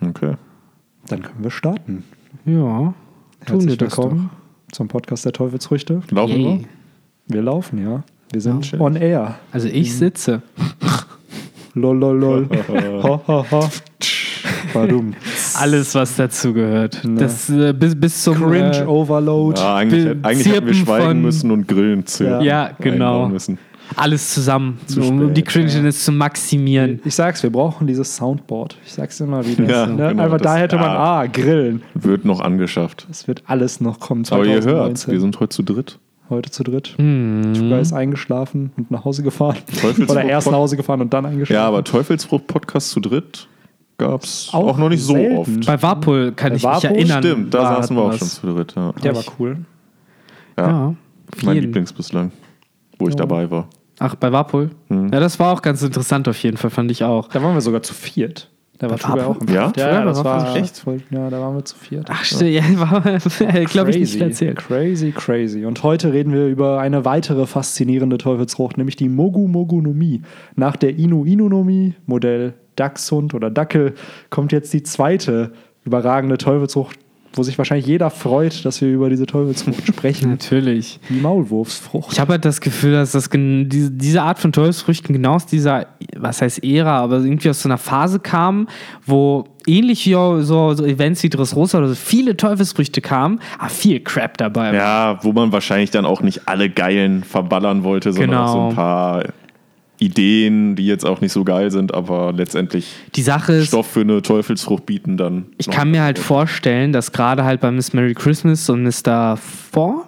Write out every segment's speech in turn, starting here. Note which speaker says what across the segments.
Speaker 1: Okay.
Speaker 2: Dann können wir starten.
Speaker 3: Ja. Tun wir
Speaker 2: Herzlich
Speaker 3: das doch.
Speaker 2: willkommen zum Podcast der Teufelsfrüchte.
Speaker 1: Laufen
Speaker 3: Yay.
Speaker 1: wir?
Speaker 2: Wir laufen, ja. Wir sind
Speaker 1: Laufen.
Speaker 2: on air.
Speaker 3: Also ich sitze.
Speaker 2: Lol, lol, lol. ho, ho, ho. Badum.
Speaker 3: Alles, was dazu gehört.
Speaker 2: Ne.
Speaker 3: Das äh, bis, bis zum
Speaker 2: Cringe
Speaker 3: Äh,
Speaker 2: Overload.
Speaker 1: Ja, eigentlich,
Speaker 3: Wir
Speaker 1: hätt- eigentlich hätten wir
Speaker 3: zirpen von-
Speaker 1: schweigen müssen und Grillen zünden.
Speaker 3: ja, genau.
Speaker 1: einbauen Müssen.
Speaker 3: Alles zusammen,
Speaker 1: Zu
Speaker 3: um
Speaker 1: spät,
Speaker 3: die Cringiness zu maximieren.
Speaker 2: Ich sag's, wir brauchen dieses Soundboard. Ich sag's immer wieder.
Speaker 1: Ja,
Speaker 2: ne?
Speaker 1: genau,
Speaker 2: Einfach da
Speaker 1: das-
Speaker 2: hätte man,
Speaker 1: ja.
Speaker 2: ah, Grillen.
Speaker 1: Wird noch angeschafft.
Speaker 2: Das wird alles noch kommen.
Speaker 1: Aber ihr hört,
Speaker 2: 2019.
Speaker 1: wir sind Mhm. heute zu dritt.
Speaker 2: heute zu dritt. Tuga ist eingeschlafen und nach Hause gefahren.
Speaker 1: Teufelsfrucht-
Speaker 2: Oder erst nach Hause gefahren und dann eingeschlafen.
Speaker 1: Ja, aber Teufelsfrucht-Podcast zu dritt gab es
Speaker 2: Auch
Speaker 1: auch, noch nicht so
Speaker 2: selten.
Speaker 1: oft.
Speaker 3: Bei Warpol kann
Speaker 2: Bei
Speaker 3: ich
Speaker 2: Warpol?
Speaker 3: mich erinnern.
Speaker 1: Stimmt,
Speaker 3: war-
Speaker 1: da saßen wir auch
Speaker 3: was.
Speaker 1: schon zu dritt. Ja.
Speaker 2: Der war cool.
Speaker 3: Ja.
Speaker 1: Ja, mein
Speaker 3: vielen.
Speaker 1: Lieblings bislang, wo ich dabei war.
Speaker 3: Ach, bei Warpol? Ja, das war auch ganz interessant auf jeden Fall, fand ich auch.
Speaker 2: Da waren wir sogar zu viert. Da war
Speaker 3: Da
Speaker 2: Tuga
Speaker 3: war-
Speaker 2: auch im
Speaker 1: Ja?
Speaker 2: Ja, ja, das war
Speaker 1: Echt?
Speaker 2: Voll, ja, da waren wir zu viert.
Speaker 3: Ach, stimmt, ja, war, glaube ich, nicht
Speaker 2: Crazy,
Speaker 3: erzählt.
Speaker 2: Crazy, crazy. Und heute reden wir über eine weitere faszinierende Teufelsfrucht, nämlich die Mogu-Mogunomie. Nach der Inu-Inonomie, Modell Dachshund oder Dackel, kommt jetzt die zweite überragende Teufelsfrucht, wo sich wahrscheinlich jeder freut, dass wir über diese Teufelsfrucht sprechen.
Speaker 3: Natürlich.
Speaker 2: Die Maulwurfsfrucht.
Speaker 3: Ich habe halt das Gefühl, dass das gen- diese, diese Art von Teufelsfrüchten genau aus dieser, was heißt Ära, aber irgendwie aus so einer Phase kam, wo ähnlich wie auch so, so Events wie Dressrosa oder so viele Teufelsfrüchte kamen, aber viel Crap dabei. war.
Speaker 1: Ja, wo man wahrscheinlich dann auch nicht alle geilen verballern wollte, sondern
Speaker 3: Genau.
Speaker 1: auch so ein paar Ideen, die jetzt auch nicht so geil sind, aber letztendlich
Speaker 3: Die Sache ist,
Speaker 1: Stoff für eine Teufelsfrucht bieten dann.
Speaker 3: ich
Speaker 1: noch.
Speaker 3: kann mir halt vorstellen, dass gerade halt bei Miss Merry Christmas und Mr. Four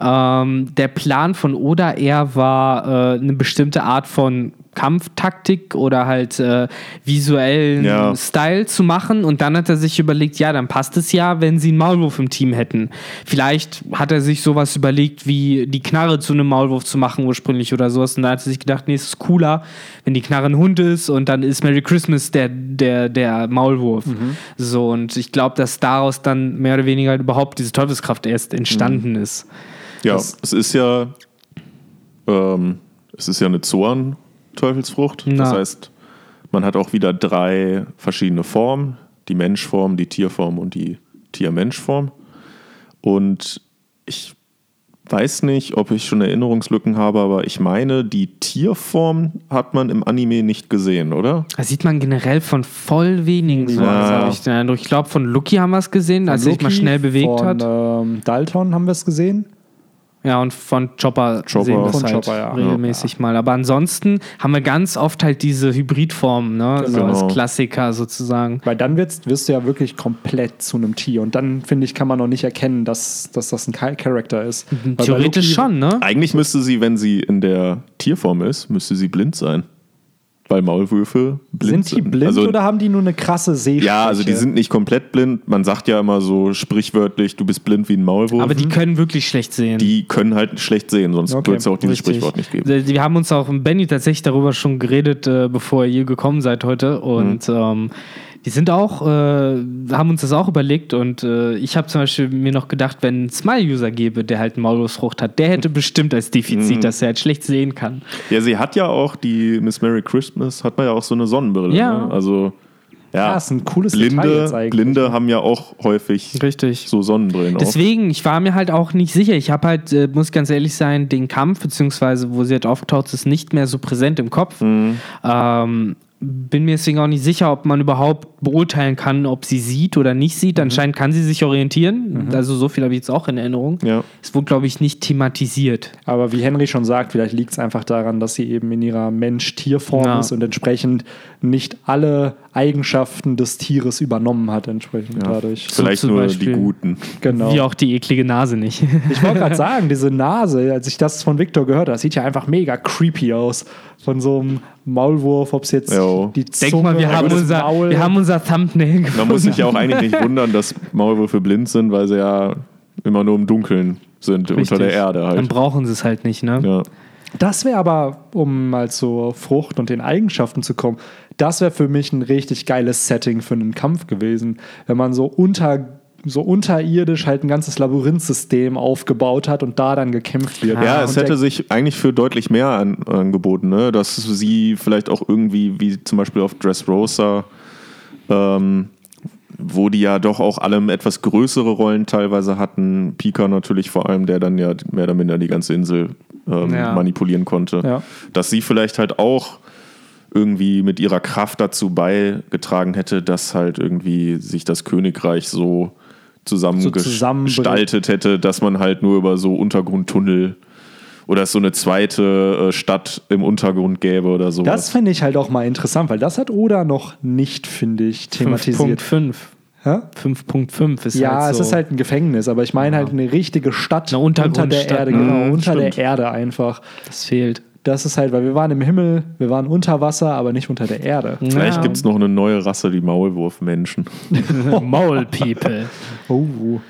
Speaker 3: ähm, der Plan von Oda eher war, äh, eine bestimmte Art von Kampftaktik oder halt äh, visuellen
Speaker 1: Ja.
Speaker 3: Style zu machen und dann hat er sich überlegt, ja, dann passt es ja, wenn sie einen Maulwurf im Team hätten. Vielleicht hat er sich sowas überlegt, wie die Knarre zu einem Maulwurf zu machen ursprünglich oder sowas und da hat er sich gedacht, nee, es ist cooler, wenn die Knarre ein Hund ist und dann ist Merry Christmas der, der, der Maulwurf.
Speaker 1: Mhm.
Speaker 3: So und ich glaube, dass daraus dann mehr oder weniger überhaupt diese Teufelskraft erst entstanden
Speaker 1: Mhm.
Speaker 3: ist.
Speaker 1: Ja, es ist ja, ähm, es ist ja eine Zorn-Teufelsfrucht. Das
Speaker 3: Na.
Speaker 1: heißt, man hat auch wieder drei verschiedene Formen: die Menschform, die Tierform und die Tier-Mensch-Form. Und ich weiß nicht, ob ich schon Erinnerungslücken habe, aber ich meine, die Tierform hat man im Anime nicht gesehen, oder?
Speaker 3: Das sieht man generell von voll wenigen sowas,
Speaker 1: Ja.
Speaker 3: habe ich den Eindruck. Ich glaube, von Lucky haben wir es gesehen, als er sich mal
Speaker 2: Loki,
Speaker 3: schnell bewegt
Speaker 2: von,
Speaker 3: hat.
Speaker 2: Ähm, Dalton haben wir es gesehen.
Speaker 3: Ja, und von Chopper,
Speaker 1: Chopper.
Speaker 3: sehen wir es
Speaker 2: Von
Speaker 3: halt
Speaker 2: Chopper, ja.
Speaker 3: regelmäßig mal. Aber ansonsten haben wir ganz oft halt diese Hybridformen, ne? So
Speaker 1: Genau.
Speaker 3: als Klassiker sozusagen.
Speaker 2: Weil dann wird's, wirst du ja wirklich komplett zu einem Tier. Und dann, finde ich, kann man noch nicht erkennen, dass, dass das ein Char- Charakter ist. Weil bei
Speaker 3: Mhm. Theoretisch
Speaker 2: Loki-
Speaker 3: schon, ne?
Speaker 1: Eigentlich müsste sie, wenn sie in der Tierform ist, müsste sie blind sein. Weil Maulwürfe blind
Speaker 2: Sind die blind
Speaker 1: Also
Speaker 2: oder haben die nur eine krasse Sehschwäche?
Speaker 1: Ja, also die sind nicht komplett blind. Man sagt ja immer so sprichwörtlich, du bist blind wie ein Maulwurf.
Speaker 3: Aber die können wirklich schlecht sehen.
Speaker 1: Die können halt schlecht sehen, sonst
Speaker 2: Okay,
Speaker 1: wird's es auch dieses
Speaker 3: Richtig.
Speaker 1: Sprichwort nicht geben.
Speaker 3: Wir haben uns auch mit Benny tatsächlich darüber schon geredet, äh, bevor ihr gekommen seid heute. Und
Speaker 2: Mhm.
Speaker 3: ähm, die sind auch, äh, haben uns das auch überlegt. Und äh, ich habe zum Beispiel mir noch gedacht, wenn ein Smile-User gäbe, der halt einen Maulwurfsfrucht hat, der hätte bestimmt als
Speaker 2: Mhm.
Speaker 3: Defizit, dass er halt schlecht sehen kann.
Speaker 1: Ja, sie hat ja auch die Miss Merry Christmas, hat man ja auch so eine Sonnenbrille.
Speaker 3: Ja.
Speaker 1: Ne? Also, ja.
Speaker 2: Ja, ist ein cooles Detail jetzt
Speaker 1: Blinde,
Speaker 2: eigentlich.
Speaker 1: Blinde haben ja auch häufig
Speaker 3: Richtig.
Speaker 1: so Sonnenbrillen. Auf.
Speaker 3: Deswegen, ich war mir halt auch nicht sicher. Ich habe halt, äh, muss ganz ehrlich sein, den Kampf, beziehungsweise wo sie halt aufgetaucht ist, nicht mehr so präsent im Kopf.
Speaker 1: Mhm.
Speaker 3: Ähm, bin mir deswegen auch nicht sicher, ob man überhaupt beurteilen kann, ob sie sieht oder nicht
Speaker 1: Mhm.
Speaker 3: sieht. Anscheinend kann sie sich orientieren. Also so viel habe ich jetzt auch in Erinnerung.
Speaker 1: Ja.
Speaker 3: Es wurde, glaube ich, nicht thematisiert.
Speaker 2: Aber wie Henry schon sagt, vielleicht liegt es einfach daran, dass sie eben in ihrer Mensch-Tier-Form
Speaker 3: Ja.
Speaker 2: ist und entsprechend nicht alle Eigenschaften des Tieres übernommen hat, entsprechend dadurch.
Speaker 1: Vielleicht
Speaker 3: zum
Speaker 1: nur
Speaker 3: Beispiel.
Speaker 1: die Guten.
Speaker 2: Genau.
Speaker 3: Wie auch die eklige Nase nicht.
Speaker 2: Ich wollte gerade sagen, diese Nase, als ich das von Victor gehört habe, das sieht ja einfach mega creepy aus. Von so einem Maulwurf, ob es jetzt
Speaker 1: Jo.
Speaker 2: die
Speaker 3: Denk
Speaker 2: Zunge
Speaker 3: mal, wir haben,
Speaker 2: das
Speaker 3: unser,
Speaker 2: Maul-
Speaker 3: wir haben unser Thumbnail gefunden.
Speaker 1: Man muss sich ja auch eigentlich nicht wundern, dass Maulwürfe blind sind, weil sie ja immer nur im Dunkeln sind, unter der
Speaker 3: Richtig.
Speaker 1: Erde
Speaker 3: Dann
Speaker 1: halt.
Speaker 3: brauchen sie es halt nicht, ne?
Speaker 1: Ja.
Speaker 2: Das wäre aber, um mal zur Frucht und den Eigenschaften zu kommen, das wäre für mich ein richtig geiles Setting für einen Kampf gewesen, wenn man so unter so unterirdisch halt ein ganzes Labyrinthsystem aufgebaut hat und da dann gekämpft wird.
Speaker 1: Ja, es
Speaker 2: Und
Speaker 1: hätte
Speaker 2: der-
Speaker 1: sich eigentlich für deutlich mehr an, angeboten, ne? dass sie vielleicht auch irgendwie, wie zum Beispiel auf Dressrosa, ähm, wo die ja doch auch allem etwas größere Rollen teilweise hatten. Pika natürlich vor allem, der dann ja mehr oder minder die ganze Insel ähm,
Speaker 3: Ja.
Speaker 1: manipulieren konnte.
Speaker 2: Ja.
Speaker 1: Dass sie vielleicht halt auch irgendwie mit ihrer Kraft dazu beigetragen hätte, dass halt irgendwie sich das Königreich so
Speaker 2: zusammenbricht.
Speaker 1: zusammengestaltet hätte, dass man halt nur über so Untergrundtunnel oder es so eine zweite äh, Stadt im Untergrund gäbe oder sowas.
Speaker 2: Das fände ich halt auch mal interessant, weil das hat Oda noch nicht, finde ich, thematisiert.
Speaker 3: 5.5.
Speaker 2: Hä?
Speaker 3: 5.5 ist
Speaker 2: Ja,
Speaker 3: halt
Speaker 2: es
Speaker 3: so.
Speaker 2: ist halt ein Gefängnis, aber ich meine halt eine richtige Stadt
Speaker 3: Eine
Speaker 2: unter der
Speaker 3: Untergrundstadt,
Speaker 2: Erde,
Speaker 3: ne?
Speaker 2: genau,
Speaker 1: Mhm,
Speaker 2: unter
Speaker 1: stimmt.
Speaker 2: der Erde einfach.
Speaker 3: Das fehlt.
Speaker 2: Das ist halt, weil wir waren im Himmel, wir waren unter Wasser, aber nicht unter der Erde.
Speaker 1: Vielleicht gibt es noch eine neue Rasse, die Maulwurfmenschen.
Speaker 3: Maulpeople.
Speaker 2: Oh.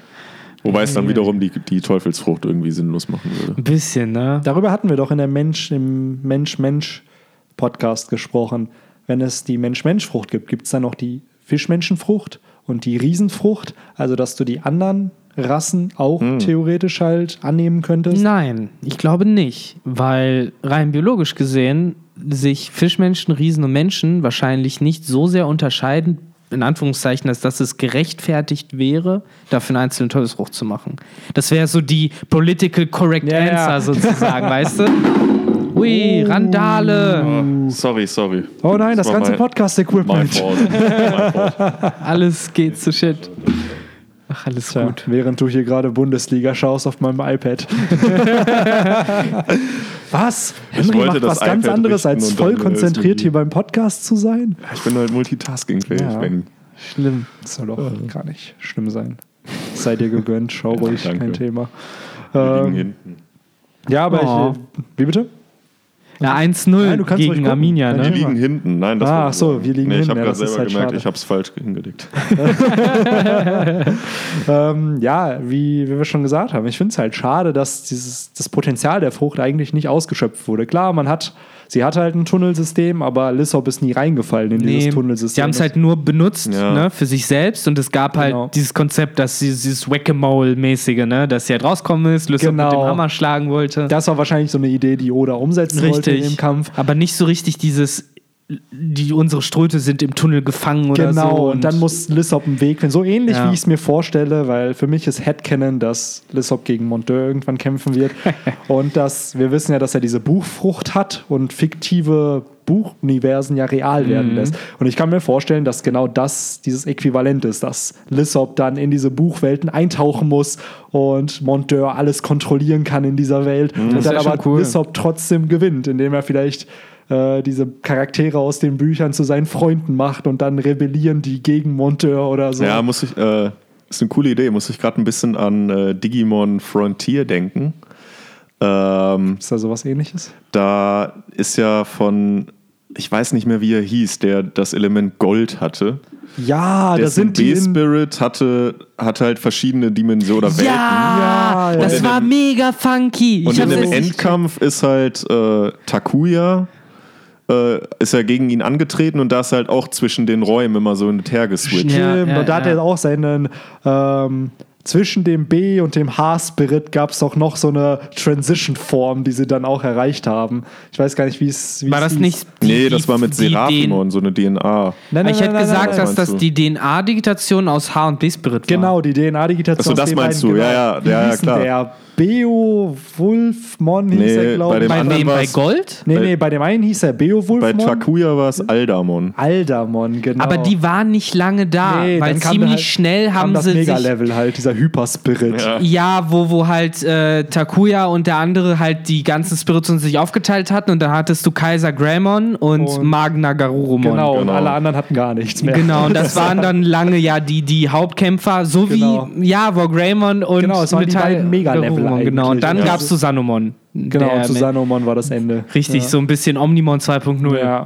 Speaker 1: Wobei es dann wiederum die, die Teufelsfrucht irgendwie sinnlos machen würde.
Speaker 3: Ein bisschen, ne?
Speaker 2: Darüber hatten wir doch in der Mensch, im Mensch-Mensch-Podcast gesprochen. Wenn es die Mensch-Mensch-Frucht gibt, gibt es dann noch die Fischmenschenfrucht und die Riesenfrucht, also dass du die anderen Rassen auch
Speaker 1: Hm.
Speaker 2: theoretisch halt annehmen könntest.
Speaker 3: Nein, ich glaube nicht, weil rein biologisch gesehen sich Fischmenschen, Riesen und Menschen wahrscheinlich nicht so sehr unterscheiden, in Anführungszeichen, als dass es gerechtfertigt wäre, dafür einen einzelnen Teufelsbruch zu machen. Das wäre so die political correct
Speaker 2: Ja, ja.
Speaker 3: answer sozusagen, weißt du? Ui, Randale,
Speaker 1: Ah, sorry, sorry.
Speaker 2: Uh. Oh nein, das,
Speaker 1: war
Speaker 2: ganze
Speaker 1: mein- My
Speaker 2: Podcast-Equipment.
Speaker 1: fault. My fault.
Speaker 3: alles geht zu shit. Ach, alles
Speaker 2: Tja,
Speaker 3: gut.
Speaker 2: Während du hier gerade Bundesliga schaust auf meinem iPad. was? Henry
Speaker 1: wollte
Speaker 2: macht
Speaker 1: das
Speaker 2: was ganz
Speaker 1: iPad
Speaker 2: anderes,
Speaker 1: richten
Speaker 2: als
Speaker 1: und
Speaker 2: voll
Speaker 1: dann, äh,
Speaker 2: konzentriert
Speaker 1: ist
Speaker 2: hier beim Podcast zu sein?
Speaker 1: Ich bin halt multitaskingfähig,
Speaker 2: Ja.
Speaker 1: Benny.
Speaker 2: Schlimm. Das soll doch gar nicht schlimm sein. Sei dir gegönnt, schau ruhig,
Speaker 1: danke.
Speaker 2: kein Thema.
Speaker 1: Wir Ah. liegen
Speaker 2: Ähm,
Speaker 1: hinten.
Speaker 2: ja, aber
Speaker 3: Oh.
Speaker 2: ich. äh, Wie bitte?
Speaker 3: Ja,
Speaker 2: Nein, du
Speaker 3: 1-0
Speaker 2: kannst ruhig
Speaker 3: gegen
Speaker 2: gucken.
Speaker 3: Arminia,
Speaker 2: Nein,
Speaker 1: Wir
Speaker 3: ne?
Speaker 2: die-
Speaker 1: liegen hinten. Nein, das
Speaker 2: Ah,
Speaker 1: wollte
Speaker 2: ach
Speaker 1: ich
Speaker 2: so,
Speaker 1: sagen.
Speaker 2: wir liegen
Speaker 1: Ich
Speaker 2: hinten,
Speaker 1: habe
Speaker 2: ja,
Speaker 1: gerade
Speaker 2: das ist
Speaker 1: selber
Speaker 2: halt
Speaker 1: gemerkt,
Speaker 2: schade.
Speaker 1: ich habe es falsch hingelegt.
Speaker 2: Ähm, ja, wie, wie wir schon gesagt haben, ich finde es halt schade, dass dieses, das Potenzial der Frucht eigentlich nicht ausgeschöpft wurde. Klar, man hat, sie hat halt ein Tunnelsystem, aber Lissop ist nie reingefallen in
Speaker 3: Nee,
Speaker 2: dieses
Speaker 3: die
Speaker 2: Tunnelsystem.
Speaker 3: haben es halt nur benutzt
Speaker 1: Ja.
Speaker 3: ne, für sich selbst und es gab halt
Speaker 2: Genau.
Speaker 3: dieses Konzept, dass sie- dieses Whack-a-Mole-mäßige, ne, dass sie halt rauskommen ist, Lysop
Speaker 2: Genau.
Speaker 3: mit dem Hammer schlagen wollte.
Speaker 2: das war wahrscheinlich so eine Idee, die Oda umsetzen wollte in dem Kampf.
Speaker 3: Aber nicht so richtig dieses, die, unsere Ströte sind im Tunnel gefangen oder so.
Speaker 2: Genau, und dann muss Lissop einen Weg finden. So ähnlich,
Speaker 3: Ja.
Speaker 2: wie ich es mir vorstelle, weil für mich ist Headcanon, dass Lissop gegen Mondeur irgendwann kämpfen wird. und dass wir wissen ja, dass er diese Buchfrucht hat und fiktive Buchuniversen ja real
Speaker 3: Mhm.
Speaker 2: werden lässt. Und ich kann mir vorstellen, dass genau das dieses Äquivalent ist, dass Lissop dann in diese Buchwelten eintauchen muss und Mondeur alles kontrollieren kann in dieser Welt. Und
Speaker 3: Mhm. Das
Speaker 2: dann
Speaker 3: wär schon
Speaker 2: aber
Speaker 3: cool.
Speaker 2: Lissop trotzdem gewinnt, indem er vielleicht äh, diese Charaktere aus den Büchern zu seinen Freunden macht und dann rebellieren die gegen Monteur oder so.
Speaker 1: Ja, muss ich, äh, ist eine coole Idee. Muss ich gerade ein bisschen an äh, Digimon Frontier denken. Ähm,
Speaker 2: Ist da sowas ähnliches?
Speaker 1: da ist ja von, ich weiß nicht mehr, wie er hieß, der das Element Gold hatte.
Speaker 2: Ja,
Speaker 1: Der
Speaker 2: das sind die. In,
Speaker 1: B-Spirit hatte, hatte halt verschiedene Dimensionen oder Welten.
Speaker 3: Ja,
Speaker 2: Ja, ja.
Speaker 1: Und
Speaker 3: das
Speaker 1: in
Speaker 3: war
Speaker 1: dem-
Speaker 3: mega funky.
Speaker 1: Und in
Speaker 3: hab's
Speaker 1: dem
Speaker 3: erst nicht-
Speaker 1: Endkampf ist halt äh, Takuya, äh, ist ja gegen ihn angetreten und da ist halt auch zwischen den Räumen immer so hin und her geswitcht.
Speaker 3: Ja,
Speaker 2: Film.
Speaker 3: ja,
Speaker 2: und da hat
Speaker 3: ja.
Speaker 2: er auch seinen. Ähm, zwischen dem B und dem H-Spirit gab es auch noch so eine Transition-Form, die sie dann auch erreicht haben. Ich weiß gar nicht, wie es. wie
Speaker 3: War
Speaker 2: es
Speaker 3: das
Speaker 2: hieß.
Speaker 3: nicht die-
Speaker 1: Nee, das
Speaker 3: die-
Speaker 1: war mit
Speaker 3: die
Speaker 1: Seraphimon, so eine DNA.
Speaker 2: Nein,
Speaker 3: DNA?
Speaker 2: nein,
Speaker 3: Ich
Speaker 2: nein,
Speaker 3: hätte
Speaker 2: nein,
Speaker 3: gesagt,
Speaker 2: nein,
Speaker 3: dass
Speaker 1: meinst
Speaker 3: das
Speaker 1: du?
Speaker 3: die DNA-Digitation aus H und B-Spirit war.
Speaker 2: Genau, die DNA-Digitation.
Speaker 1: Achso,
Speaker 2: aus
Speaker 1: das
Speaker 2: den
Speaker 1: meinst
Speaker 2: beiden,
Speaker 1: du. Ja,
Speaker 2: genau.
Speaker 1: ja,
Speaker 2: Wie
Speaker 1: ja, ja,
Speaker 2: hieß denn
Speaker 1: klar.
Speaker 2: Der Beowulfmon hieß
Speaker 1: Nee,
Speaker 2: er, glaube
Speaker 1: bei
Speaker 2: ich.
Speaker 1: dem
Speaker 3: Bei
Speaker 1: anderen
Speaker 3: wem? Bei
Speaker 1: war's-
Speaker 3: Gold?
Speaker 2: Nee,
Speaker 1: Bei-
Speaker 2: nee, bei dem einen hieß er Beowulf.
Speaker 1: Bei Takuya war es Aldamon.
Speaker 2: Aldamon, genau.
Speaker 3: Aber die waren nicht lange da,
Speaker 2: Nee,
Speaker 3: weil
Speaker 2: dann kam
Speaker 3: ziemlich
Speaker 2: halt-
Speaker 3: schnell
Speaker 2: kam
Speaker 3: haben
Speaker 2: das
Speaker 3: sie sich
Speaker 2: Mega-Level halt, dieser Hyperspirit.
Speaker 1: Ja.
Speaker 3: Ja, wo, wo halt äh, Takuya und der andere halt die ganzen Spirits unter sich aufgeteilt hatten und dann hattest du Kaiser Greymon und,
Speaker 2: Und-
Speaker 3: Magna Garurumon.
Speaker 2: Genau, und
Speaker 1: Genau.
Speaker 2: alle anderen hatten gar nichts mehr.
Speaker 3: Genau, und das waren dann lange ja die, die Hauptkämpfer, so
Speaker 2: Genau.
Speaker 3: wie ja, wo Greymon und
Speaker 2: Genau, es waren die beiden Mega-Level
Speaker 3: Garurumon, Genau, und
Speaker 2: eigentlich.
Speaker 3: dann
Speaker 2: Ja.
Speaker 3: gab's Susanumon.
Speaker 2: Genau,
Speaker 3: der-
Speaker 2: und Susanomon war das Ende.
Speaker 3: Richtig,
Speaker 2: ja.
Speaker 3: so ein bisschen Omnimon 2.0.
Speaker 2: Ja.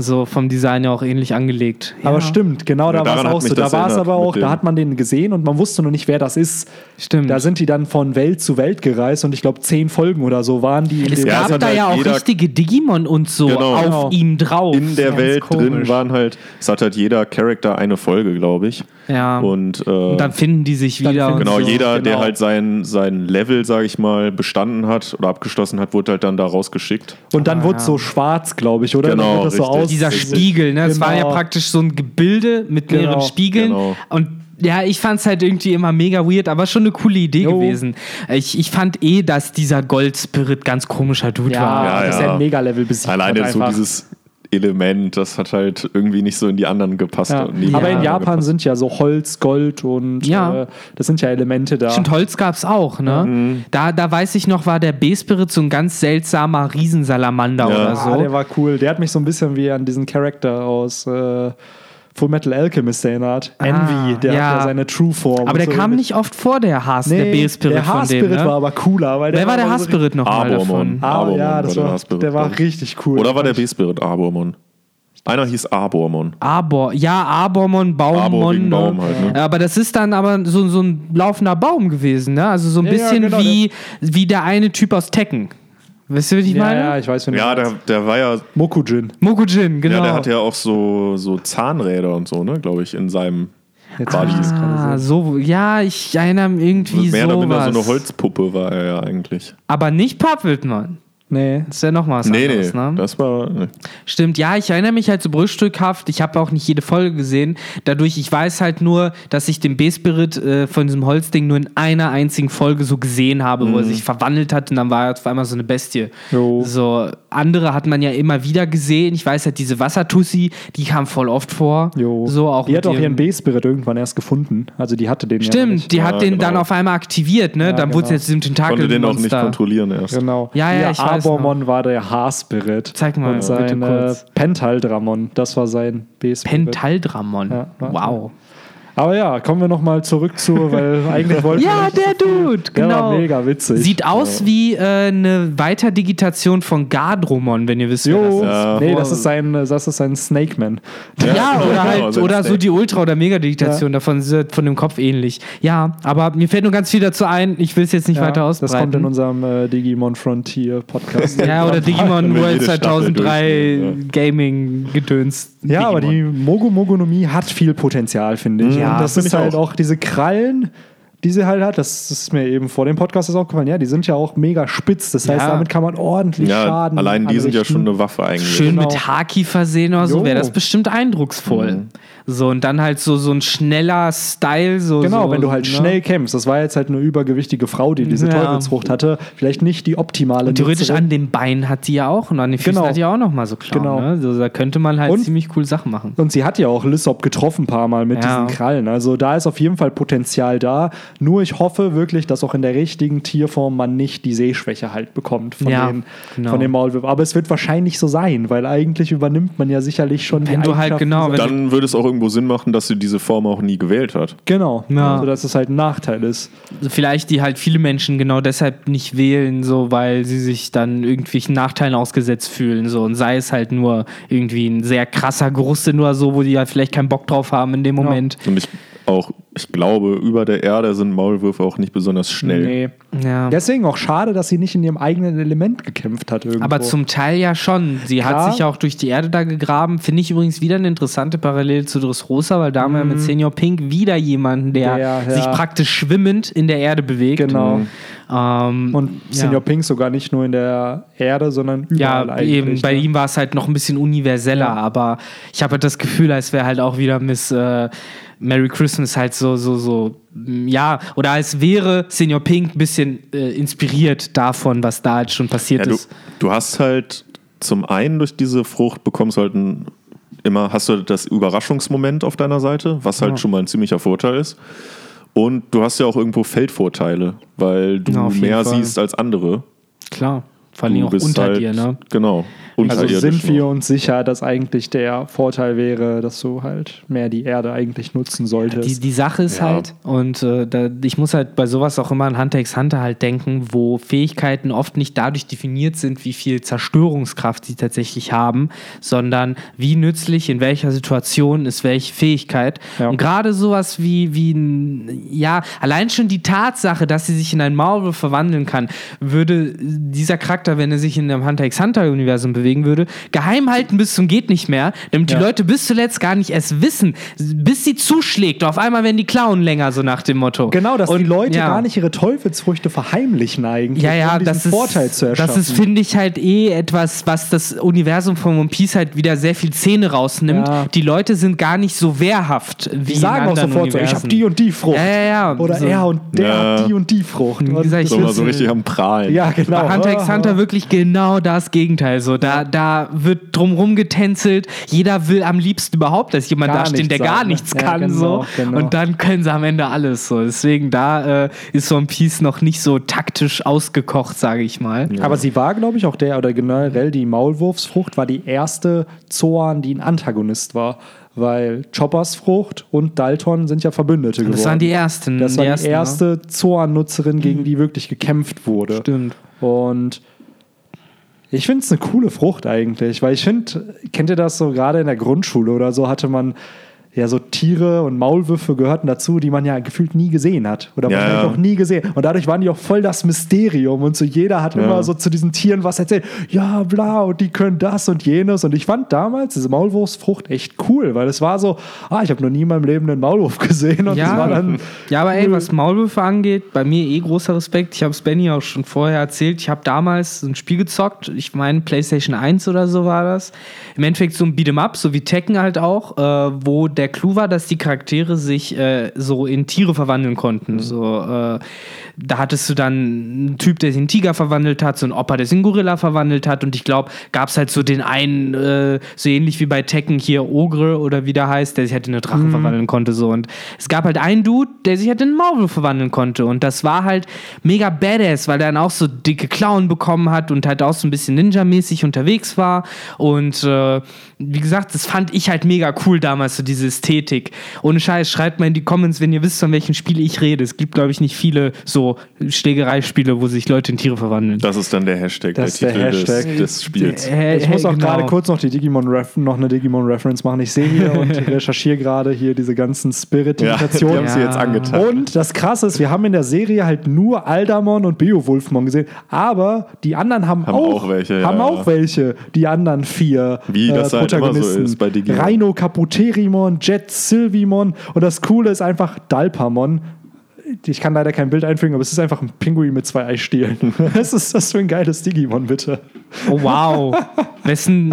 Speaker 3: So vom Design ja auch ähnlich angelegt.
Speaker 2: Aber
Speaker 3: ja.
Speaker 2: stimmt, genau
Speaker 1: Ja,
Speaker 2: da war
Speaker 1: daran
Speaker 2: es
Speaker 1: hat
Speaker 2: auch
Speaker 1: mich
Speaker 2: so. Da
Speaker 1: das
Speaker 2: war es
Speaker 1: erinnert
Speaker 2: aber
Speaker 1: mit
Speaker 2: auch, da
Speaker 1: dem-
Speaker 2: hat man den gesehen und man wusste noch nicht, wer das ist.
Speaker 3: Stimmt.
Speaker 2: Da sind die dann von Welt zu Welt gereist und ich glaube, zehn Folgen oder so waren die. in
Speaker 3: es
Speaker 2: dem-
Speaker 1: Ja,
Speaker 3: gab
Speaker 1: es hat
Speaker 3: da
Speaker 1: halt
Speaker 3: ja auch
Speaker 1: jeder-
Speaker 3: richtige Digimon und so
Speaker 1: Genau.
Speaker 3: auf
Speaker 2: Genau.
Speaker 3: ihm drauf.
Speaker 1: In der
Speaker 3: Ganz
Speaker 1: Welt drin
Speaker 3: komisch.
Speaker 1: waren halt, es hat halt jeder Charakter eine Folge, glaube ich.
Speaker 3: Ja.
Speaker 1: Und, äh,
Speaker 3: Und dann finden die sich
Speaker 2: Dann
Speaker 3: wieder.
Speaker 2: finden
Speaker 3: und
Speaker 1: genau,
Speaker 2: so,
Speaker 1: jeder, der
Speaker 2: genau.
Speaker 1: halt sein, sein Level, sage ich mal, bestanden hat oder abgestanden hat, wurde halt dann da rausgeschickt.
Speaker 2: Und dann
Speaker 3: Ah,
Speaker 2: wurde
Speaker 3: ja.
Speaker 2: so schwarz, glaube ich, oder?
Speaker 1: Genau,
Speaker 2: dann wurde das so
Speaker 1: richtig.
Speaker 2: aus.
Speaker 3: dieser
Speaker 2: Also,
Speaker 3: Spiegel, ne? Es war ja
Speaker 2: genau.
Speaker 3: praktisch so ein Gebilde mit
Speaker 2: Genau.
Speaker 3: mehreren Spiegeln.
Speaker 1: Genau.
Speaker 3: Und ja, ich fand es halt irgendwie immer mega weird, aber schon eine coole Idee
Speaker 2: Jo.
Speaker 3: gewesen. Ich, ich fand eh, dass dieser Goldspirit ganz komischer Dude
Speaker 2: Ja,
Speaker 3: war.
Speaker 1: Ja,
Speaker 2: das ist
Speaker 1: ja.
Speaker 2: ja ein Mega-Level besiegt.
Speaker 1: Alleine
Speaker 2: hat
Speaker 1: so
Speaker 2: einfach.
Speaker 1: dieses Element, das hat halt irgendwie nicht so in die anderen gepasst.
Speaker 2: Ja.
Speaker 1: und nie
Speaker 2: Aber in
Speaker 1: anderen
Speaker 2: Japan
Speaker 1: gepasst.
Speaker 2: sind ja so Holz, Gold und
Speaker 3: Ja.
Speaker 2: äh, das sind ja Elemente da.
Speaker 3: Stimmt, Holz gab's auch, ne?
Speaker 1: Mhm.
Speaker 3: Da, da weiß ich noch, war der B-Spirit so ein ganz seltsamer Riesensalamander
Speaker 1: Ja.
Speaker 3: oder
Speaker 2: Ah, der
Speaker 3: so.
Speaker 2: war cool. Der hat mich so ein bisschen wie an diesen Charakter aus äh, Full Metal Alchemist erinnert. Envy, der
Speaker 3: Ah, ja.
Speaker 2: hat ja seine True Form.
Speaker 3: Aber der
Speaker 2: und so
Speaker 3: kam
Speaker 2: ähnlich.
Speaker 3: nicht oft vor, der Haas,
Speaker 2: Nee,
Speaker 3: der B-Spirit
Speaker 2: Der
Speaker 3: von dem.
Speaker 2: Haarspirit
Speaker 3: Ne?
Speaker 2: war aber cooler. Weil
Speaker 3: Wer war der
Speaker 2: immer so
Speaker 3: Haas-Spirit nochmal
Speaker 1: Arbormon.
Speaker 3: davon?
Speaker 2: Ah,
Speaker 1: Arbormon
Speaker 2: ja, das
Speaker 1: war der
Speaker 2: war,
Speaker 1: Haarspirit,
Speaker 2: der war
Speaker 1: glaub ich.
Speaker 2: richtig cool.
Speaker 1: Oder war der B-Spirit Arbormon? Einer hieß Arbormon.
Speaker 3: Arbor, ja, Arbormon, Baummon.
Speaker 1: Arbor wegen
Speaker 3: ne?
Speaker 1: Baum halt, ne?
Speaker 3: Aber das ist dann aber so, so ein laufender Baum gewesen, ne? Also so ein
Speaker 2: Ja, ja,
Speaker 3: bisschen
Speaker 2: genau,
Speaker 3: wie, wie der eine Typ aus Tekken. Wisst ihr, was ich
Speaker 2: Ja,
Speaker 3: meine?
Speaker 2: ja, ich weiß, wenn du
Speaker 1: Ja, der,
Speaker 2: meinst.
Speaker 1: der war ja,
Speaker 2: Mokujin.
Speaker 3: Mokujin, genau.
Speaker 1: ja, der hat ja auch so, so Zahnräder und so, ne, glaube ich, in seinem
Speaker 2: Jetzt
Speaker 1: Body.
Speaker 2: hab ich das gerade
Speaker 3: Ah,
Speaker 2: so.
Speaker 3: so, ja, ich erinnere mich irgendwie
Speaker 1: Mehr
Speaker 3: sowas.
Speaker 1: oder minder so eine Holzpuppe war er ja eigentlich.
Speaker 3: Aber nicht Pappwildmann.
Speaker 2: Nee.
Speaker 3: Das ist ja nochmal was
Speaker 1: Nee, nee,
Speaker 3: anderes, ne?
Speaker 1: das war. Nee.
Speaker 3: Stimmt, ja, ich erinnere mich halt so brüchstückhaft. Ich habe auch nicht jede Folge gesehen. Dadurch, ich weiß halt nur, dass ich den B-Spirit äh, von diesem Holzding nur in einer einzigen Folge so gesehen habe, wo er sich verwandelt hat und dann war er auf einmal so eine Bestie.
Speaker 2: Mhm. Jo.
Speaker 3: So, andere hat man ja immer wieder gesehen. Ich weiß halt, diese Wassertussi, die kam voll oft vor.
Speaker 2: Jo.
Speaker 3: So, auch
Speaker 2: die
Speaker 3: mit
Speaker 2: hat auch
Speaker 3: ihrem-
Speaker 2: ihren B-Spirit irgendwann erst gefunden. Also die hatte den ja. noch
Speaker 3: Stimmt,
Speaker 2: nicht.
Speaker 3: die
Speaker 1: Ja,
Speaker 3: hat den
Speaker 1: genau.
Speaker 3: dann auf einmal aktiviert, ne?
Speaker 2: Ja,
Speaker 3: dann wurde es
Speaker 2: genau.
Speaker 3: jetzt diesem
Speaker 1: Konnte
Speaker 3: Tentakel.
Speaker 1: den auch nicht kontrollieren erst.
Speaker 2: Genau.
Speaker 3: Ja,
Speaker 2: Ihr
Speaker 3: ja, ich weiß noch.
Speaker 2: Arbomon war der Haarspirit.
Speaker 3: Zeig mal,
Speaker 2: Und
Speaker 3: bitte
Speaker 2: sein äh,
Speaker 3: kurz.
Speaker 2: Pentaldramon, das war sein B-Spirit.
Speaker 3: Pentaldramon.
Speaker 2: Ja, warte.
Speaker 3: wow.
Speaker 2: Aber ja, kommen wir nochmal zurück zu, weil eigentlich wollten wir
Speaker 3: Ja,
Speaker 2: nicht-
Speaker 3: der Dude,
Speaker 2: Der
Speaker 3: genau.
Speaker 2: war mega witzig.
Speaker 3: Sieht aus wie äh, eine Weiterdigitation von Gardromon, wenn ihr wisst, wer
Speaker 2: Jo,
Speaker 3: das
Speaker 1: Ja.
Speaker 2: nee, das ist sein, das ist sein Snake Man.
Speaker 3: ist. Ja,
Speaker 1: genau,
Speaker 3: oder halt,
Speaker 1: genau, so ein
Speaker 3: oder so
Speaker 1: Snake.
Speaker 3: die Ultra- oder Mega-Digitation davon, ist er von dem Kopf ähnlich. Ja, aber mir fällt nur ganz viel dazu ein, ich will es jetzt nicht
Speaker 2: Ja,
Speaker 3: weiter
Speaker 2: das
Speaker 3: ausbreiten.
Speaker 2: kommt in unserem äh, Digimon Frontier Podcast.
Speaker 3: ja, oder Digimon
Speaker 1: Wenn wir
Speaker 3: World
Speaker 1: jede Staffel
Speaker 3: 2003
Speaker 1: durchgehen,
Speaker 3: Gaming-Gedöns.
Speaker 2: Ja, aber
Speaker 3: Digimon.
Speaker 2: die Mogomogonomie hat viel Potenzial, finde ich.
Speaker 3: Ja,
Speaker 2: und das
Speaker 1: finde
Speaker 2: ist
Speaker 1: ich
Speaker 2: halt
Speaker 1: auch.
Speaker 2: auch. diese Krallen, die sie halt hat, das ist mir eben vor dem Podcast ist aufgefallen, ja, die sind ja auch mega spitz. Das heißt,
Speaker 3: Ja.
Speaker 2: damit kann man ordentlich
Speaker 1: Ja,
Speaker 2: Schaden
Speaker 1: allein die sind ja schon
Speaker 2: anrichten.
Speaker 1: eine Waffe eigentlich.
Speaker 3: Schön
Speaker 2: Genau.
Speaker 3: mit Haki versehen oder so,
Speaker 2: Jo. Mhm.
Speaker 3: wäre das bestimmt eindrucksvoll. So, und dann halt so, so ein schneller Style. So,
Speaker 2: Genau,
Speaker 3: so,
Speaker 2: wenn du halt
Speaker 3: ne?
Speaker 2: schnell kämpfst. Das war jetzt halt eine übergewichtige Frau, die diese
Speaker 3: Ja.
Speaker 2: Teufelsfrucht hatte. Vielleicht nicht die optimale.
Speaker 3: Theoretisch
Speaker 2: Nutzerin.
Speaker 3: an den Beinen hat die ja auch und an den Füßen
Speaker 2: Genau.
Speaker 3: hat die auch nochmal so Klauen.
Speaker 2: Genau.
Speaker 3: Ne? So, da könnte man halt
Speaker 2: Und-
Speaker 3: ziemlich cool Sachen machen.
Speaker 2: Und sie hat ja auch Lissop getroffen ein paar Mal mit
Speaker 3: Ja.
Speaker 2: diesen Krallen. Also da ist auf jeden Fall Potenzial da. Nur ich hoffe wirklich, dass auch in der richtigen Tierform man nicht die Sehschwäche halt bekommt von,
Speaker 3: Ja,
Speaker 2: den,
Speaker 3: genau.
Speaker 2: von dem Maulwurf. Aber es wird wahrscheinlich so sein, weil eigentlich übernimmt man ja sicherlich schon
Speaker 3: Wenn
Speaker 2: die
Speaker 3: du halt
Speaker 2: Eigenschaften
Speaker 3: genau, wenn du,
Speaker 1: Dann würde es auch irgendwo Sinn machen, dass sie diese Form auch nie gewählt hat.
Speaker 2: Genau,
Speaker 3: Ja.
Speaker 2: also dass es halt ein Nachteil ist.
Speaker 3: vielleicht die halt viele Menschen genau deshalb nicht wählen, so weil sie sich dann irgendwelchen Nachteilen ausgesetzt fühlen. So und sei es halt nur irgendwie ein sehr krasser Geruchssinn oder so, wo die halt vielleicht keinen Bock drauf haben in dem
Speaker 2: Genau.
Speaker 3: Moment.
Speaker 1: Und ich auch, ich glaube, über der Erde sind Maulwürfe auch nicht besonders schnell.
Speaker 2: Nee.
Speaker 3: Ja.
Speaker 2: Deswegen auch schade, dass sie nicht in ihrem eigenen Element gekämpft hat irgendwo.
Speaker 3: Aber zum Teil ja schon. Sie
Speaker 2: Klar.
Speaker 3: hat sich ja auch durch die Erde da gegraben. Finde ich übrigens wieder eine interessante Parallele zu Dressrosa, weil da haben wir mit Senior Pink wieder jemanden, der
Speaker 2: Mhm. Der, ja.
Speaker 3: sich praktisch schwimmend in der Erde bewegt. Mhm.
Speaker 2: Genau.
Speaker 3: Ähm,
Speaker 2: Und
Speaker 3: ja.
Speaker 2: Senior Pink sogar nicht nur in der Erde, sondern überall
Speaker 3: ja,
Speaker 2: eigentlich.
Speaker 3: eben, bei
Speaker 2: ne?
Speaker 3: ihm war es halt noch ein bisschen universeller,
Speaker 2: Ja.
Speaker 3: aber ich habe halt das Gefühl, als wäre halt auch wieder Miss äh, Merry Christmas halt so, so, so, mm, ja, oder als wäre Senior Pink ein bisschen äh, inspiriert davon, was da halt schon passiert
Speaker 1: Ja, du,
Speaker 3: ist.
Speaker 1: du hast halt zum einen durch diese Frucht bekommst du halt ein, immer hast du das Überraschungsmoment auf deiner Seite, was halt schon mal ein ziemlicher Vorteil ist. Und du hast ja auch irgendwo Feldvorteile, weil du
Speaker 3: Ja, auf jeden
Speaker 1: mehr
Speaker 3: Fall.
Speaker 1: siehst als andere.
Speaker 3: Klar, vor
Speaker 1: Du
Speaker 3: allem auch
Speaker 1: bist
Speaker 3: unter
Speaker 1: halt,
Speaker 3: dir, ne?
Speaker 1: Genau.
Speaker 2: Also
Speaker 1: unterirdisch
Speaker 2: sind
Speaker 1: nur.
Speaker 2: wir uns sicher, dass eigentlich der Vorteil wäre, dass du halt mehr die Erde eigentlich nutzen
Speaker 3: Die,
Speaker 2: solltest.
Speaker 3: die Sache ist
Speaker 1: Ja.
Speaker 3: halt, und äh, da, ich muss halt bei sowas auch immer an Hunter x Hunter halt denken, wo Fähigkeiten oft nicht dadurch definiert sind, wie viel Zerstörungskraft sie tatsächlich haben, sondern wie nützlich, in welcher Situation ist welche Fähigkeit.
Speaker 2: Ja.
Speaker 3: Und gerade sowas wie, wie, ein- ja, allein schon die Tatsache, dass sie sich in ein Maulwurf verwandeln kann, würde dieser Charakter Charakter, wenn er sich in dem Hunter x Hunter-Universum bewegen würde, geheim halten bis zum Geht nicht mehr, damit
Speaker 2: Ja.
Speaker 3: die Leute bis zuletzt gar nicht es wissen, bis sie zuschlägt. Auf einmal werden die Klauen länger, so nach dem Motto.
Speaker 2: Genau, dass
Speaker 3: Und-
Speaker 2: die Leute
Speaker 3: ja.
Speaker 2: gar nicht ihre Teufelsfrüchte verheimlichen eigentlich,
Speaker 3: ja, ja,
Speaker 2: um diesen
Speaker 3: das ist,
Speaker 2: Vorteil zu erschaffen.
Speaker 3: Das ist, finde ich, halt eh etwas, was das Universum von One Piece halt wieder sehr viel Zähne rausnimmt.
Speaker 2: Ja.
Speaker 3: Die Leute sind gar nicht so wehrhaft wie
Speaker 2: die sagen
Speaker 3: in
Speaker 2: auch
Speaker 3: anderen
Speaker 2: sofort so, ich
Speaker 3: Universen.
Speaker 2: habe die und die Frucht.
Speaker 3: Ja, ja, ja.
Speaker 2: Oder
Speaker 3: So.
Speaker 2: er und der
Speaker 1: Ja.
Speaker 2: hat die und die Frucht. Und
Speaker 3: gesagt, ich
Speaker 1: So mal
Speaker 3: will's-
Speaker 1: so richtig am Prahlen.
Speaker 2: ja, genau.
Speaker 3: Bei Hunter x Hunter wirklich genau das Gegenteil. So, da, da wird drumrum getänzelt. Jeder will am liebsten überhaupt, dass jemand
Speaker 2: Gar
Speaker 3: da steht,
Speaker 2: nichts
Speaker 3: der gar
Speaker 2: sagen, ne?
Speaker 3: nichts
Speaker 2: Ja,
Speaker 3: kann.
Speaker 2: genau,
Speaker 3: so.
Speaker 2: genau.
Speaker 3: Und dann können sie am Ende alles. So. Deswegen, da äh, ist One Piece noch nicht so taktisch ausgekocht, sage ich mal.
Speaker 2: Aber sie war, glaube ich, auch der, oder generell die Maulwurfsfrucht war die erste Zoan, die ein Antagonist war. Weil Choppers Frucht und Dalton sind ja Verbündete geworden.
Speaker 3: Das waren die ersten.
Speaker 2: Das war die,
Speaker 3: ersten, ne? Mhm.
Speaker 2: erste Zoan-Nutzerin, gegen die wirklich gekämpft wurde.
Speaker 3: Stimmt.
Speaker 2: Und ich finde es eine coole Frucht eigentlich, weil ich finde, kennt ihr das so gerade in der Grundschule oder so, hatte man ja so Tiere und Maulwürfe gehörten dazu, die man ja gefühlt nie gesehen hat oder
Speaker 1: Ja,
Speaker 2: man
Speaker 1: ja.
Speaker 2: hat noch nie gesehen. Und dadurch waren die auch voll das Mysterium und so jeder hat immer so zu diesen Tieren was erzählt. Ja, bla, und die können das und jenes. Und ich fand damals diese Maulwurfsfrucht echt cool, weil es war so, ah, ich habe noch nie in meinem Leben einen Maulwurf gesehen. Und das
Speaker 3: Ja.
Speaker 2: war dann
Speaker 3: Ja, aber ey, was Maulwürfe angeht, bei mir eh großer Respekt. Ich habe es Benny auch schon vorher erzählt. Ich habe damals ein Spiel gezockt. Ich meine, PlayStation 1 oder so war das. Im Endeffekt so ein Beat'em Up, so wie Tekken halt auch, äh, wo der Clou war, dass die Charaktere sich äh, so in Tiere verwandeln konnten.
Speaker 2: Mhm.
Speaker 3: So, äh, da hattest du dann einen Typ, der sich in einen Tiger verwandelt hat, so einen Opa, der sich in einen Gorilla verwandelt hat. Und ich glaube, gab es halt so den einen, äh, so ähnlich wie bei Tekken hier Ogre oder wie der heißt, der sich halt in eine Drache verwandeln konnte. So. Und es gab halt einen Dude, der sich halt in einen Maulwurf verwandeln konnte. Und das war halt mega badass, weil der dann auch so dicke Klauen bekommen hat und halt auch so ein bisschen Ninja-mäßig unterwegs war. Und äh, wie gesagt, das fand ich halt mega cool damals, so diese Ästhetik. Ohne Scheiß, schreibt mal in die Comments, wenn ihr wisst, von welchem Spiel ich rede. Es gibt, glaube ich, nicht viele so Schlägereispiele, wo sich Leute in Tiere verwandeln.
Speaker 1: Das ist dann der Hashtag,
Speaker 2: Das ist
Speaker 1: der
Speaker 2: der
Speaker 1: Titel
Speaker 2: Hashtag.
Speaker 1: Des, des Spiels.
Speaker 3: Hä-
Speaker 2: Ich muss
Speaker 3: hä-
Speaker 2: auch
Speaker 3: genau.
Speaker 2: gerade kurz noch die Digimon Ref noch eine Digimon Reference machen. Ich sehe hier und recherchiere gerade hier diese ganzen Spirit
Speaker 1: Ja, die
Speaker 2: Imitationen.
Speaker 1: haben sie
Speaker 3: Ja.
Speaker 1: jetzt angetan.
Speaker 2: Und das Krasse ist, wir haben in der Serie halt nur Aldamon und Beowulfmon gesehen, aber die anderen haben,
Speaker 1: Haben
Speaker 2: auch,
Speaker 1: auch welche, ja,
Speaker 2: haben
Speaker 1: ja.
Speaker 2: auch welche, die anderen vier äh,
Speaker 1: Wie das halt immer so ist bei Digimon.
Speaker 2: Rhino Caputerimon, Jet Silvimon und das Coole ist einfach Dalpamon. Ich kann leider kein Bild einfügen, aber es ist einfach ein Pinguin mit zwei Eistielen. Was ist das für ein geiles Digimon, bitte?
Speaker 3: Oh, wow. Wessen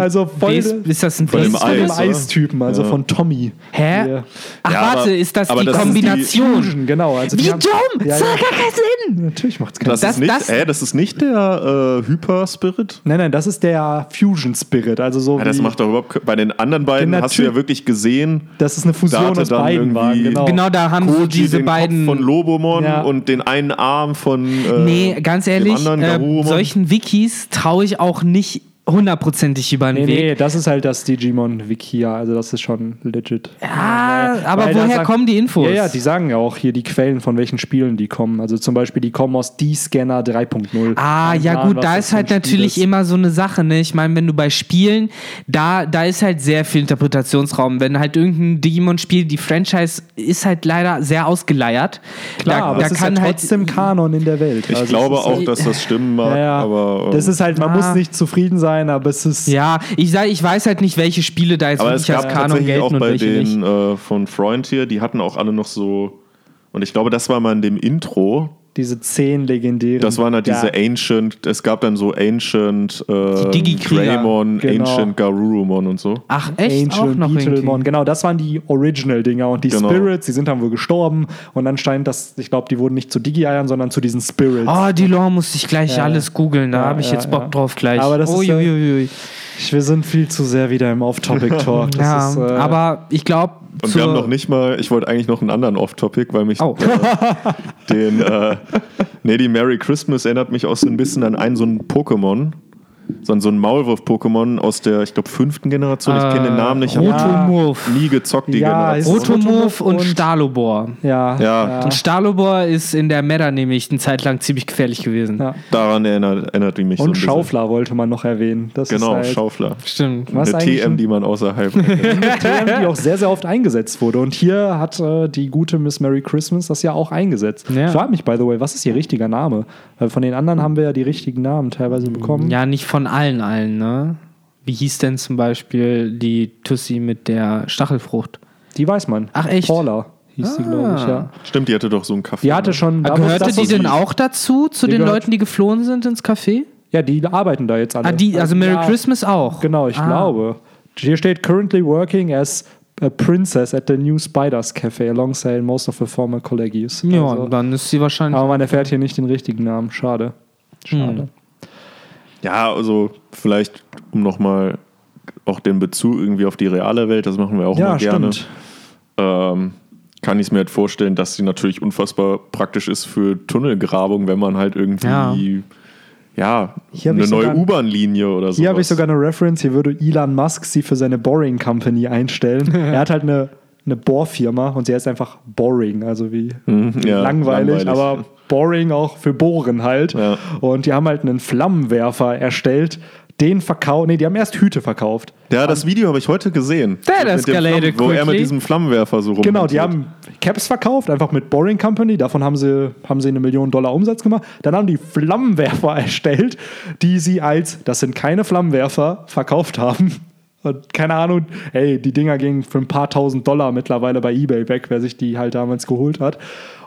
Speaker 2: Also voll-
Speaker 3: Wes- ist das ein
Speaker 1: Von dem
Speaker 3: Wes-
Speaker 2: Von dem
Speaker 1: Eis, oder?
Speaker 2: Eistypen, also
Speaker 1: Ja.
Speaker 2: von Tommy.
Speaker 3: Hä?
Speaker 2: Ja.
Speaker 3: Ach,
Speaker 1: Ja,
Speaker 3: warte,
Speaker 1: aber-
Speaker 3: ist das
Speaker 1: aber
Speaker 3: die
Speaker 1: das ist die
Speaker 3: Kombination?
Speaker 2: Fusion, genau. Also die
Speaker 3: Wie
Speaker 2: haben-
Speaker 3: dumm!
Speaker 2: Ja,
Speaker 3: Das
Speaker 2: ja.
Speaker 3: hat gar keinen Sinn!
Speaker 2: Natürlich macht es keinen
Speaker 1: Das,
Speaker 3: Das-
Speaker 1: ist nicht,
Speaker 3: das-
Speaker 1: hä, das ist nicht der äh, Hyper-Spirit?
Speaker 2: Nein, nein, das ist der Fusion Spirit. Also so
Speaker 1: Ja, das
Speaker 2: wie,
Speaker 1: macht doch überhaupt ke- Bei den anderen beiden
Speaker 2: Ja,
Speaker 1: hast du ja
Speaker 2: natürlich.
Speaker 1: wirklich gesehen,
Speaker 2: das ist eine Fusion
Speaker 1: Date
Speaker 2: aus
Speaker 1: dann
Speaker 2: beiden waren.
Speaker 1: irgendwie-
Speaker 2: Genau.
Speaker 3: Genau da haben sie
Speaker 1: Koji
Speaker 3: diese
Speaker 1: den
Speaker 3: beiden.
Speaker 1: Kopf von Lobomon
Speaker 2: Ja.
Speaker 1: und den einen Arm von äh,
Speaker 3: nee, ganz ehrlich,
Speaker 1: dem anderen
Speaker 3: äh,
Speaker 1: Garurumon.
Speaker 3: solchen Wikis traue ich auch nicht hundertprozentig über
Speaker 2: Nee,
Speaker 3: den Weg.
Speaker 2: nee, das ist halt das Digimon Wikia, also das ist schon legit.
Speaker 3: Ah, aber
Speaker 2: Weil da
Speaker 3: woher
Speaker 2: sagt-
Speaker 3: kommen die Infos?
Speaker 2: Ja, ja, die sagen ja auch hier die Quellen, von welchen Spielen die kommen. Also zum Beispiel, die kommen aus D-Scanner 3.0.
Speaker 3: Ah,
Speaker 2: Kein
Speaker 3: ja
Speaker 2: Plan,
Speaker 3: gut,
Speaker 2: was
Speaker 3: da
Speaker 2: das
Speaker 3: ist
Speaker 2: für ein
Speaker 3: halt
Speaker 2: Spiel
Speaker 3: natürlich
Speaker 2: ist.
Speaker 3: immer so eine Sache, ne? Ich meine, wenn du bei Spielen, da, da ist halt sehr viel Interpretationsraum. Wenn halt irgendein Digimon-Spiel, die Franchise ist halt leider sehr ausgeleiert.
Speaker 2: Klar,
Speaker 3: da,
Speaker 2: aber
Speaker 3: da
Speaker 2: es ist
Speaker 3: kann
Speaker 2: ja
Speaker 3: halt-
Speaker 2: trotzdem Kanon in der Welt.
Speaker 1: Ich
Speaker 2: Also es
Speaker 1: glaube
Speaker 2: ist
Speaker 1: auch, dass das stimmen mag,
Speaker 2: Ja, ja.
Speaker 1: aber. ähm,
Speaker 2: das ist halt, man
Speaker 3: ah.
Speaker 2: muss nicht zufrieden sein, aber es ist.
Speaker 3: Ja, ich, sag, ich weiß halt nicht, welche Spiele da jetzt
Speaker 1: aber es
Speaker 3: wirklich als
Speaker 1: gab
Speaker 3: Kanon
Speaker 1: tatsächlich
Speaker 3: gelten
Speaker 1: auch
Speaker 3: und
Speaker 1: bei
Speaker 3: welche nicht.
Speaker 1: den äh, von Frontier, die hatten auch alle noch so. Und ich glaube, das war mal in dem Intro.
Speaker 2: Diese zehn legendären.
Speaker 1: Das waren halt diese
Speaker 2: Ja.
Speaker 1: Ancient, es gab dann so Ancient ähm,
Speaker 3: Digi-Krieger.
Speaker 1: Greymon,
Speaker 2: Genau.
Speaker 1: Ancient Garurumon und so.
Speaker 3: Ach, echt? auch
Speaker 2: Ancient
Speaker 3: noch
Speaker 2: Beetlemon.
Speaker 3: irgendwie.
Speaker 2: Genau, das waren die Original-Dinger. Und die
Speaker 1: Genau.
Speaker 2: Spirits, die sind dann wohl gestorben. Und anscheinend, das, ich glaube, die wurden nicht zu Digi-Eiern, sondern zu diesen Spirits.
Speaker 3: Oh, die Lore muss ich gleich
Speaker 2: Ja,
Speaker 3: alles googeln. Da
Speaker 2: ja,
Speaker 3: habe ich
Speaker 2: ja,
Speaker 3: jetzt Bock
Speaker 2: ja.
Speaker 3: drauf gleich.
Speaker 2: Aber das ist ja-
Speaker 3: Uiuiui.
Speaker 2: Wir sind viel zu sehr wieder im Off-Topic-Talk. Das
Speaker 3: ja,
Speaker 2: ist, äh,
Speaker 3: aber ich glaube.
Speaker 1: Und wir haben noch nicht mal, ich wollte eigentlich noch einen anderen Off-Topic, weil mich
Speaker 3: Oh.
Speaker 1: den, äh, nee, die Merry Christmas erinnert mich auch so ein bisschen an einen so einen Pokémon, sondern so ein Maulwurf-Pokémon aus der, ich glaube, fünften Generation. ich kenne den Namen nicht, ich habe
Speaker 3: äh, Rotomorph.
Speaker 1: nie gezockt, die
Speaker 2: Ja,
Speaker 1: Generation.
Speaker 2: ist-
Speaker 3: Rotomorph und,
Speaker 2: und-
Speaker 3: Stalobor.
Speaker 2: Ja.
Speaker 1: Ja.
Speaker 3: Und Stalobor ist in der Meta nämlich eine Zeit lang ziemlich gefährlich gewesen.
Speaker 2: Ja.
Speaker 1: Daran erinnert, erinnert die mich so ein
Speaker 2: Und
Speaker 1: bisschen.
Speaker 2: Schaufler wollte man noch erwähnen. Das
Speaker 1: Genau,
Speaker 2: ist halt
Speaker 1: Schaufler.
Speaker 3: Stimmt.
Speaker 2: Was
Speaker 1: Eine
Speaker 2: eigentlich
Speaker 1: TM,
Speaker 2: ein-
Speaker 1: die man außerhalb.
Speaker 2: eine TM, die auch sehr, sehr oft eingesetzt wurde. Und hier hat äh, die gute Miss Merry Christmas das ja auch eingesetzt.
Speaker 3: Ja.
Speaker 2: Ich frage mich, by the way, was ist ihr richtiger Name? Weil von den anderen haben wir ja die richtigen Namen teilweise bekommen.
Speaker 3: Mm, Ja, nicht von allen, allen, ne? Wie hieß denn zum Beispiel die Tussi mit der Stachelfrucht?
Speaker 2: Die weiß man.
Speaker 3: Ach, echt? Ah.
Speaker 2: Paula hieß sie, glaube ich, ja.
Speaker 1: Stimmt, die hatte doch so einen Kaffee. ne?
Speaker 2: Die hatte schon. da-
Speaker 3: Gehörte
Speaker 2: das-
Speaker 3: die
Speaker 2: das-
Speaker 3: denn auch dazu, zu
Speaker 2: Die
Speaker 3: den
Speaker 2: gehört-
Speaker 3: Leuten, die geflohen sind ins Café?
Speaker 2: Ja, die arbeiten da jetzt alle.
Speaker 3: Ah, die, also Merry
Speaker 2: Ja,
Speaker 3: Christmas auch.
Speaker 2: Genau, ich
Speaker 3: Ah.
Speaker 2: glaube. Hier steht currently working as a princess at the new Spiders Cafe alongside most of her former colleagues.
Speaker 3: Ja,
Speaker 2: Also-
Speaker 3: dann ist sie wahrscheinlich.
Speaker 2: aber man erfährt hier nicht den richtigen Namen. Schade.
Speaker 3: Hm.
Speaker 2: Schade.
Speaker 1: Ja, also vielleicht, um nochmal auch den Bezug irgendwie auf die reale Welt, das machen wir auch immer
Speaker 2: Ja,
Speaker 1: gerne.
Speaker 2: stimmt.
Speaker 1: Ähm, kann ich es mir halt vorstellen, dass sie natürlich unfassbar praktisch ist für Tunnelgrabung, wenn man halt irgendwie ja,
Speaker 2: Hier hab
Speaker 1: eine
Speaker 2: ich
Speaker 1: neue
Speaker 2: sogar-
Speaker 1: U-Bahn-Linie oder so.
Speaker 2: Hier habe ich sogar eine Reference. Hier würde Elon Musk sie für seine Boring Company einstellen. er hat halt eine, eine Bohrfirma und sie heißt einfach Boring, also wie
Speaker 1: Hm, ja,
Speaker 2: langweilig,
Speaker 1: langweilig.
Speaker 2: aber Boring auch für Bohren halt.
Speaker 1: Ja.
Speaker 2: Und die haben halt einen Flammenwerfer erstellt, den verkauft. Nee, die haben erst Hüte verkauft.
Speaker 1: Ja, das Video habe ich heute gesehen.
Speaker 3: That
Speaker 1: Mit dem
Speaker 3: escalated
Speaker 1: Flammen- wo er mit
Speaker 3: quickly.
Speaker 1: diesem Flammenwerfer so rum.
Speaker 2: Genau, die haben Caps verkauft, einfach mit Boring Company. Davon haben sie, haben sie eine Million Dollar Umsatz gemacht. Dann haben die Flammenwerfer erstellt, die sie als, das sind keine Flammenwerfer, verkauft haben. Und keine Ahnung, ey, die Dinger gingen für ein paar tausend Dollar mittlerweile bei Ebay weg, wer sich die halt damals geholt hat.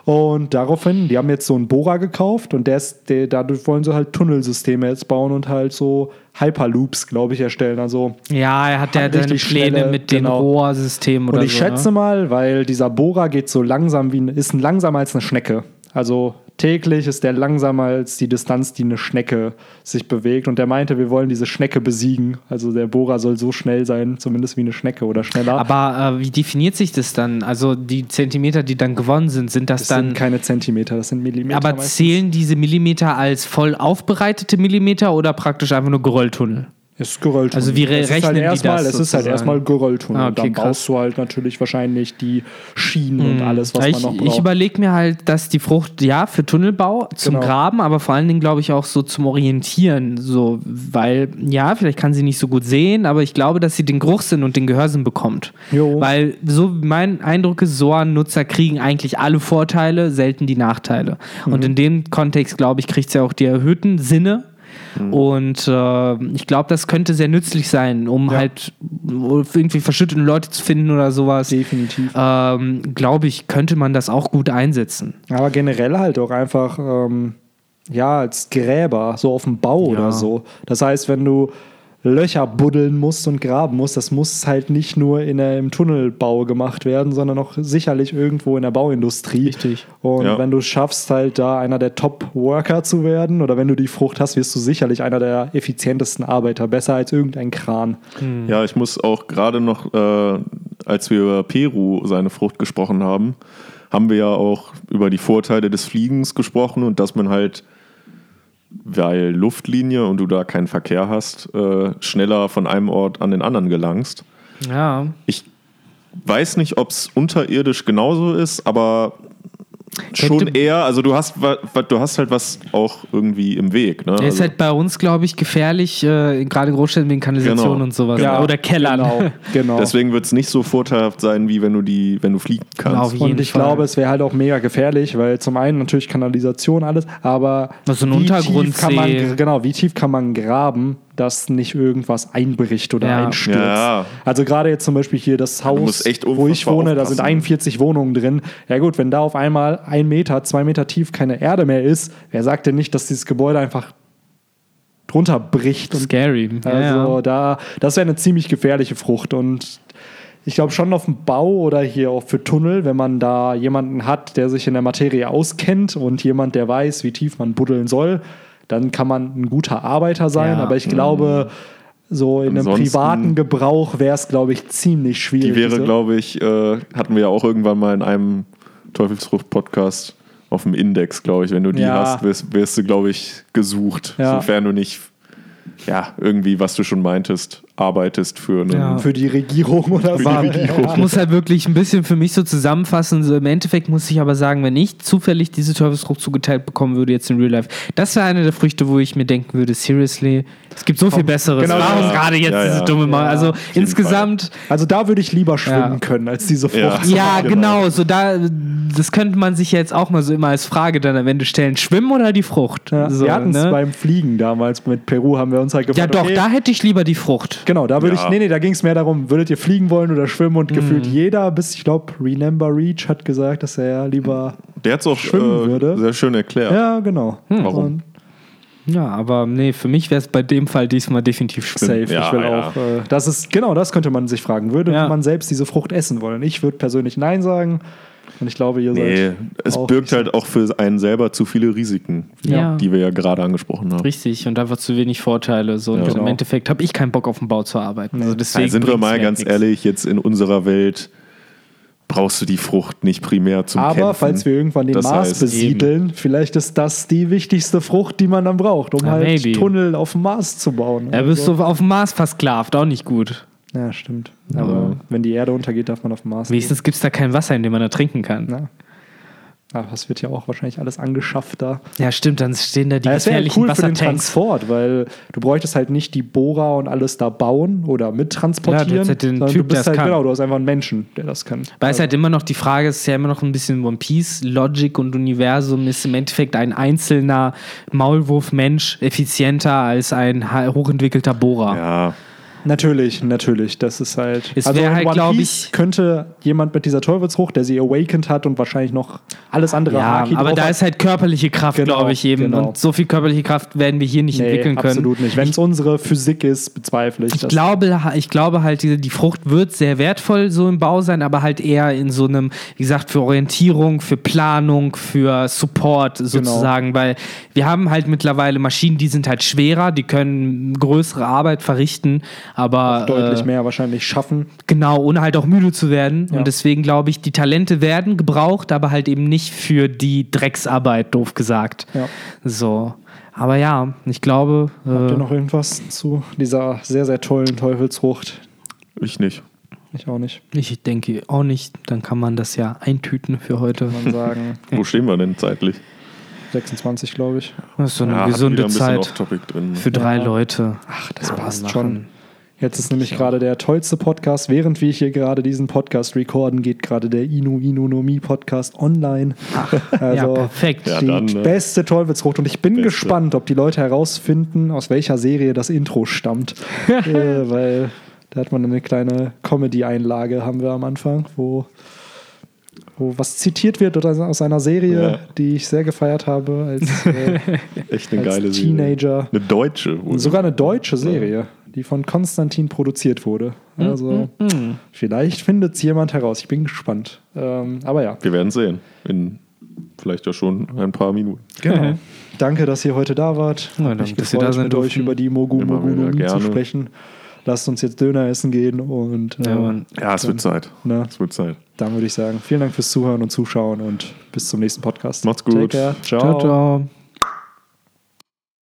Speaker 2: Und daraufhin, die haben jetzt so einen Bohrer gekauft und der ist, der, dadurch wollen sie halt Tunnelsysteme jetzt bauen und halt so Hyperloops, glaube ich, erstellen. Also
Speaker 3: Ja, er hat ja
Speaker 2: Hat
Speaker 3: dann Pläne
Speaker 2: richtig schnelle-
Speaker 3: mit den
Speaker 2: genau.
Speaker 3: Rohrsystemen oder
Speaker 2: und ich
Speaker 3: so. ne?
Speaker 2: schätze mal, weil dieser Bohrer geht so langsam wie ein- ist ein langsamer als eine Schnecke. Also täglich ist der langsamer als die Distanz, die eine Schnecke sich bewegt. Und der meinte, wir wollen diese Schnecke besiegen. Also der Bohrer soll so schnell sein, zumindest wie eine Schnecke oder schneller.
Speaker 3: ne? Aber äh, wie definiert sich das dann? Also die Zentimeter, die dann gewonnen sind, sind
Speaker 2: das
Speaker 3: das, dann.
Speaker 2: sind keine Zentimeter, das sind Millimeter.
Speaker 3: aber
Speaker 2: meistens.
Speaker 3: zählen diese Millimeter als voll aufbereitete Millimeter oder praktisch einfach nur Gerölltunnel?
Speaker 2: ist Gerölltunnel.
Speaker 3: Also wie re-
Speaker 2: Es ist
Speaker 3: rechnen
Speaker 2: halt
Speaker 3: die
Speaker 2: erstmal, Es
Speaker 3: das
Speaker 2: ist halt
Speaker 3: sozusagen?
Speaker 2: erstmal Gerölltunnel.
Speaker 3: Ah,
Speaker 2: und
Speaker 3: okay,
Speaker 2: dann
Speaker 3: krass.
Speaker 2: brauchst du halt natürlich wahrscheinlich die Schienen und alles, was
Speaker 3: Hm. ich,
Speaker 2: man noch braucht.
Speaker 3: Ich überlege mir halt, dass die Frucht, ja, für Tunnelbau, zum
Speaker 2: Genau.
Speaker 3: Graben, aber vor allen Dingen, glaube ich, auch so zum Orientieren. So, weil, ja, vielleicht kann sie nicht so gut sehen, aber ich glaube, dass sie den Geruchssinn und den Gehörsinn bekommt.
Speaker 2: Jo.
Speaker 3: Weil, so mein Eindruck ist, SOA-Nutzer kriegen eigentlich alle Vorteile, selten die Nachteile.
Speaker 2: Mhm.
Speaker 3: Und in dem Kontext, glaube ich, kriegt sie auch die erhöhten Sinne. Und äh, ich glaube, das könnte sehr nützlich sein, um halt irgendwie verschüttete Leute zu finden oder sowas
Speaker 2: Definitiv.
Speaker 3: ähm, glaube ich, könnte man das auch gut einsetzen.
Speaker 2: Aber generell halt auch einfach, ähm, ja, als Gräber, so auf dem Bau oder so. Das heißt, wenn du Löcher buddeln musst und graben musst, das muss halt nicht nur in der, im Tunnelbau gemacht werden, sondern auch sicherlich irgendwo in der Bauindustrie.
Speaker 3: Richtig.
Speaker 2: Und
Speaker 1: Ja.
Speaker 2: wenn du schaffst, halt da einer der Top-Worker zu werden oder wenn du die Frucht hast, wirst du sicherlich einer der effizientesten Arbeiter, besser als irgendein Kran.
Speaker 3: Hm.
Speaker 1: Ja, ich muss auch gerade noch, äh, als wir über Peru seine Frucht gesprochen haben, haben wir ja auch über die Vorteile des Fliegens gesprochen und dass man halt, weil Luftlinie und du da keinen Verkehr hast, äh, schneller von einem Ort an den anderen gelangst.
Speaker 3: Ja.
Speaker 1: Ich weiß nicht, ob es unterirdisch genauso ist, aber schon
Speaker 3: Könnte-
Speaker 1: eher. Also du hast, wa- wa- du hast halt was auch irgendwie im Weg. Ne?
Speaker 3: Der ist
Speaker 1: Also,
Speaker 3: halt bei uns, glaube ich, gefährlich, äh, gerade in Großstädten wegen Kanalisation
Speaker 1: Genau.
Speaker 3: und sowas.
Speaker 1: Genau.
Speaker 3: Oder Kellern.
Speaker 2: Genau, genau.
Speaker 1: deswegen wird es nicht so vorteilhaft sein, wie wenn du die, wenn du fliegen kannst.
Speaker 3: Genau, Auf jeden
Speaker 2: Und ich
Speaker 3: Fall.
Speaker 2: glaube, es wäre halt auch mega gefährlich, weil zum einen natürlich Kanalisation alles, aber
Speaker 3: Also ein
Speaker 2: tief kann
Speaker 3: Untergrundsee.
Speaker 2: man, genau, wie tief kann man graben, dass nicht irgendwas einbricht oder
Speaker 3: Ja.
Speaker 2: einstürzt.
Speaker 1: Ja.
Speaker 2: Also gerade jetzt zum Beispiel hier das Haus,
Speaker 1: musst echt
Speaker 2: wo ich
Speaker 1: unfassbar
Speaker 2: wohne, da
Speaker 1: aufpassen.
Speaker 2: sind 41 Wohnungen drin. Ja gut, wenn da auf einmal ein Meter, zwei Meter tief keine Erde mehr ist, wer sagt denn nicht, dass dieses Gebäude einfach drunter bricht und
Speaker 3: Scary.
Speaker 2: also
Speaker 3: ja.
Speaker 2: da, das wäre eine ziemlich gefährliche Frucht und ich glaube schon auf dem Bau oder hier auch für Tunnel, wenn man da jemanden hat, der sich in der Materie auskennt und jemand, der weiß, wie tief man buddeln soll, dann kann man ein guter Arbeiter sein.
Speaker 3: Ja.
Speaker 2: Aber ich glaube, so in einem
Speaker 1: Ansonsten-
Speaker 2: privaten Gebrauch wäre es, glaube ich, ziemlich schwierig.
Speaker 1: Die wäre,
Speaker 2: diese-
Speaker 1: glaube ich, äh, hatten wir ja auch irgendwann mal in einem Teufelsfrucht-Podcast auf dem Index, glaube ich. Wenn du die
Speaker 2: Ja.
Speaker 1: hast, wirst, wirst du, glaube ich, gesucht,
Speaker 2: Ja.
Speaker 1: sofern du nicht ja, irgendwie, was du schon meintest, arbeitest für einen.
Speaker 3: Ja.
Speaker 2: Für die Regierung oder so.
Speaker 1: Für die Regierung.
Speaker 3: Ich muss halt wirklich ein bisschen für mich so zusammenfassen. So Im Endeffekt muss ich aber sagen, wenn ich zufällig diese Teufelsfrucht zugeteilt bekommen würde, jetzt in Real Life, das wäre eine der Früchte, wo ich mir denken würde, seriously, es gibt so viel Besseres.
Speaker 2: genau,
Speaker 3: Warum
Speaker 1: ja.
Speaker 3: gerade jetzt
Speaker 1: Ja, ja.
Speaker 3: diese dumme Mal? Also insgesamt,
Speaker 2: Also da würde ich lieber schwimmen
Speaker 3: Ja.
Speaker 2: können, als diese Frucht.
Speaker 1: Ja.
Speaker 2: zu
Speaker 3: ja,
Speaker 1: Genau.
Speaker 3: genau. So da, das könnte man sich ja jetzt auch mal so immer als Frage dann am Ende stellen: Schwimmen oder die Frucht?
Speaker 2: Ja,
Speaker 3: so,
Speaker 2: wir hatten es
Speaker 3: ne?
Speaker 2: beim Fliegen damals mit Peru, haben wir uns halt
Speaker 3: ja
Speaker 2: gefragt.
Speaker 3: doch,
Speaker 2: okay,
Speaker 3: da hätte ich lieber die Frucht.
Speaker 2: Genau, da würde
Speaker 1: Ja.
Speaker 2: ich, nee, nee, da ging es mehr darum, würdet ihr fliegen wollen oder schwimmen
Speaker 3: Mhm.
Speaker 2: und gefühlt jeder, bis ich glaube, Remember Reach hat gesagt, dass er ja lieber.
Speaker 1: Der hat es auch äh,
Speaker 2: schwimmen würde.
Speaker 1: sehr schön erklärt.
Speaker 2: Ja, genau.
Speaker 3: Hm.
Speaker 1: Warum?
Speaker 2: Und
Speaker 3: Ja, aber nee, für mich wäre es bei dem Fall diesmal definitiv Schwimmen.
Speaker 2: safe.
Speaker 1: Ja,
Speaker 2: ich will
Speaker 1: ja.
Speaker 2: auch. Äh, das ist, genau, das könnte man sich fragen. Würde
Speaker 3: Ja.
Speaker 2: man selbst diese Frucht essen wollen? Ich würde persönlich Nein sagen. Und ich glaube, ihr
Speaker 1: Nee,
Speaker 2: seid.
Speaker 1: es
Speaker 2: auch
Speaker 1: birgt
Speaker 2: nicht
Speaker 1: halt auch für einen selber zu viele Risiken,
Speaker 3: Ja.
Speaker 1: die wir ja gerade angesprochen haben.
Speaker 3: Richtig, und einfach zu wenig Vorteile. So. Und
Speaker 1: Ja.
Speaker 3: im
Speaker 2: Genau.
Speaker 3: Endeffekt habe ich keinen Bock auf den Bau zu arbeiten. Also deswegen
Speaker 1: Ja, sind wir
Speaker 3: bringt's
Speaker 1: mal
Speaker 3: mir
Speaker 1: ganz
Speaker 3: nix.
Speaker 1: ehrlich, jetzt in unserer Welt brauchst du die Frucht nicht primär zum
Speaker 2: Aber
Speaker 1: Kämpfen.
Speaker 2: falls wir irgendwann den
Speaker 1: Das
Speaker 2: Mars
Speaker 1: heißt,
Speaker 2: besiedeln, vielleicht ist das die wichtigste Frucht, die man dann braucht, um
Speaker 3: Ja,
Speaker 2: halt
Speaker 3: maybe.
Speaker 2: Tunnel auf dem Mars zu bauen.
Speaker 3: Ja,
Speaker 2: oder
Speaker 3: bist
Speaker 2: so.
Speaker 3: du auf dem Mars versklavt, auch nicht gut.
Speaker 2: Ja, stimmt. Aber wenn die Erde untergeht, darf man auf dem Mars.
Speaker 3: Wenigstens gibt es da kein Wasser, in dem man da trinken kann.
Speaker 2: Na. Aber Ah, das wird ja auch wahrscheinlich alles angeschafft da.
Speaker 3: Ja, stimmt, dann stehen da die
Speaker 2: Ja, das wäre ja
Speaker 3: gefährlichen
Speaker 2: cool für den
Speaker 3: Wassertanks.
Speaker 2: Transport, weil du bräuchtest halt nicht die Bohrer und alles da bauen oder mittransportieren.
Speaker 3: Ja, du hättest halt den
Speaker 2: sondern
Speaker 3: Typ,
Speaker 2: du
Speaker 3: der
Speaker 2: bist
Speaker 3: das
Speaker 2: halt,
Speaker 3: kann.
Speaker 2: genau, du hast einfach einen Menschen, der das kann. Also
Speaker 3: Weil es halt immer noch die Frage ist, ja immer noch ein bisschen One Piece, Logic und Universum ist im Endeffekt ein einzelner Maulwurf-Mensch effizienter als ein ha- hochentwickelter Bohrer.
Speaker 1: ja,
Speaker 2: Natürlich, natürlich. Das ist halt.
Speaker 3: halt Es wär
Speaker 2: in
Speaker 3: halt,
Speaker 2: One
Speaker 3: glaub
Speaker 2: Piece
Speaker 3: ich-
Speaker 2: könnte jemand mit dieser Teufelsfrucht, der sie awakened hat und wahrscheinlich noch alles andere
Speaker 3: Ja,
Speaker 2: Haki
Speaker 3: aber
Speaker 2: drauf
Speaker 3: da
Speaker 2: hat-
Speaker 3: ist halt körperliche Kraft,
Speaker 2: Genau,
Speaker 3: glaube ich, eben.
Speaker 2: genau.
Speaker 3: Und so viel körperliche Kraft werden wir hier nicht
Speaker 2: nee,
Speaker 3: entwickeln können.
Speaker 2: Absolut nicht. Wenn es unsere Physik ist, bezweifle ich,
Speaker 3: Ich
Speaker 2: das.
Speaker 3: glaube, ha- ich glaube halt, diese, die Frucht wird sehr wertvoll so im Bau sein, aber halt eher in so einem, wie gesagt, für Orientierung, für Planung, für Support
Speaker 2: Genau.
Speaker 3: sozusagen, weil wir haben halt mittlerweile Maschinen, die sind halt schwerer, die können größere Arbeit verrichten, aber
Speaker 2: deutlich
Speaker 3: äh,
Speaker 2: mehr wahrscheinlich schaffen.
Speaker 3: Genau, ohne halt auch müde zu werden.
Speaker 2: Ja.
Speaker 3: Und deswegen glaube ich, die Talente werden gebraucht, aber halt eben nicht für die Drecksarbeit, doof gesagt.
Speaker 2: Ja.
Speaker 3: So. Aber ja, ich glaube.
Speaker 2: Habt ihr
Speaker 3: Äh,
Speaker 2: noch irgendwas zu dieser sehr, sehr tollen Teufelsfrucht?
Speaker 1: ich nicht.
Speaker 2: Ich auch nicht.
Speaker 3: ich denke auch nicht. Dann kann man das ja eintüten für heute.
Speaker 2: Kann man sagen,
Speaker 1: Wo stehen wir denn zeitlich?
Speaker 2: 26, glaube ich.
Speaker 3: Das ist so eine
Speaker 1: Ja, hat wieder
Speaker 3: gesunde
Speaker 1: ein bisschen ne?
Speaker 3: Zeit
Speaker 1: Off-Topic drin.
Speaker 3: für drei
Speaker 2: Ja.
Speaker 3: Leute.
Speaker 2: Ach, das
Speaker 3: Kann man
Speaker 2: passt
Speaker 3: machen.
Speaker 2: schon. Jetzt ist nämlich gerade der tollste Podcast. Während wir hier gerade diesen Podcast recorden, geht gerade der Inu Inunomie Podcast online. Also,
Speaker 3: ja, perfekt.
Speaker 1: Ja,
Speaker 2: die
Speaker 1: dann, ne?
Speaker 2: beste Teufelsfrucht. Und ich bin
Speaker 1: Beste.
Speaker 2: gespannt, ob die Leute herausfinden, aus welcher Serie das Intro stammt. äh, weil da hat man eine kleine Comedy-Einlage, haben wir am Anfang, wo, wo was zitiert wird oder aus einer Serie,
Speaker 1: Ja.
Speaker 2: die ich sehr gefeiert habe als äh,
Speaker 1: Echt eine
Speaker 2: als
Speaker 1: geile
Speaker 2: Teenager.
Speaker 1: Serie. Eine deutsche. wohl.
Speaker 2: Sogar eine deutsche Serie, die von Konstantin produziert wurde.
Speaker 3: Hm,
Speaker 2: Also vielleicht findet es jemand heraus. Ich bin gespannt. Ähm, aber ja,
Speaker 1: Wir werden sehen. In vielleicht ja schon ein paar Minuten.
Speaker 2: genau. Danke, dass ihr heute da wart.
Speaker 3: Ja,
Speaker 2: Hat
Speaker 3: danke,
Speaker 2: mich
Speaker 3: dass ihr
Speaker 2: gefreut,
Speaker 3: da sein
Speaker 2: mit euch
Speaker 3: durften.
Speaker 2: über die Mogu
Speaker 1: Immer wieder
Speaker 2: Mogu zu
Speaker 1: gerne.
Speaker 2: sprechen. Lasst uns jetzt Döner essen gehen und äh,
Speaker 3: Ja, Mann.
Speaker 1: Ja, es wird Zeit.
Speaker 2: ne?
Speaker 1: Es wird Zeit.
Speaker 2: dann würde ich sagen, vielen Dank fürs Zuhören und Zuschauen und bis zum nächsten Podcast.
Speaker 1: Macht's gut.
Speaker 2: Take care.
Speaker 3: Ciao,
Speaker 2: ciao.
Speaker 3: ciao.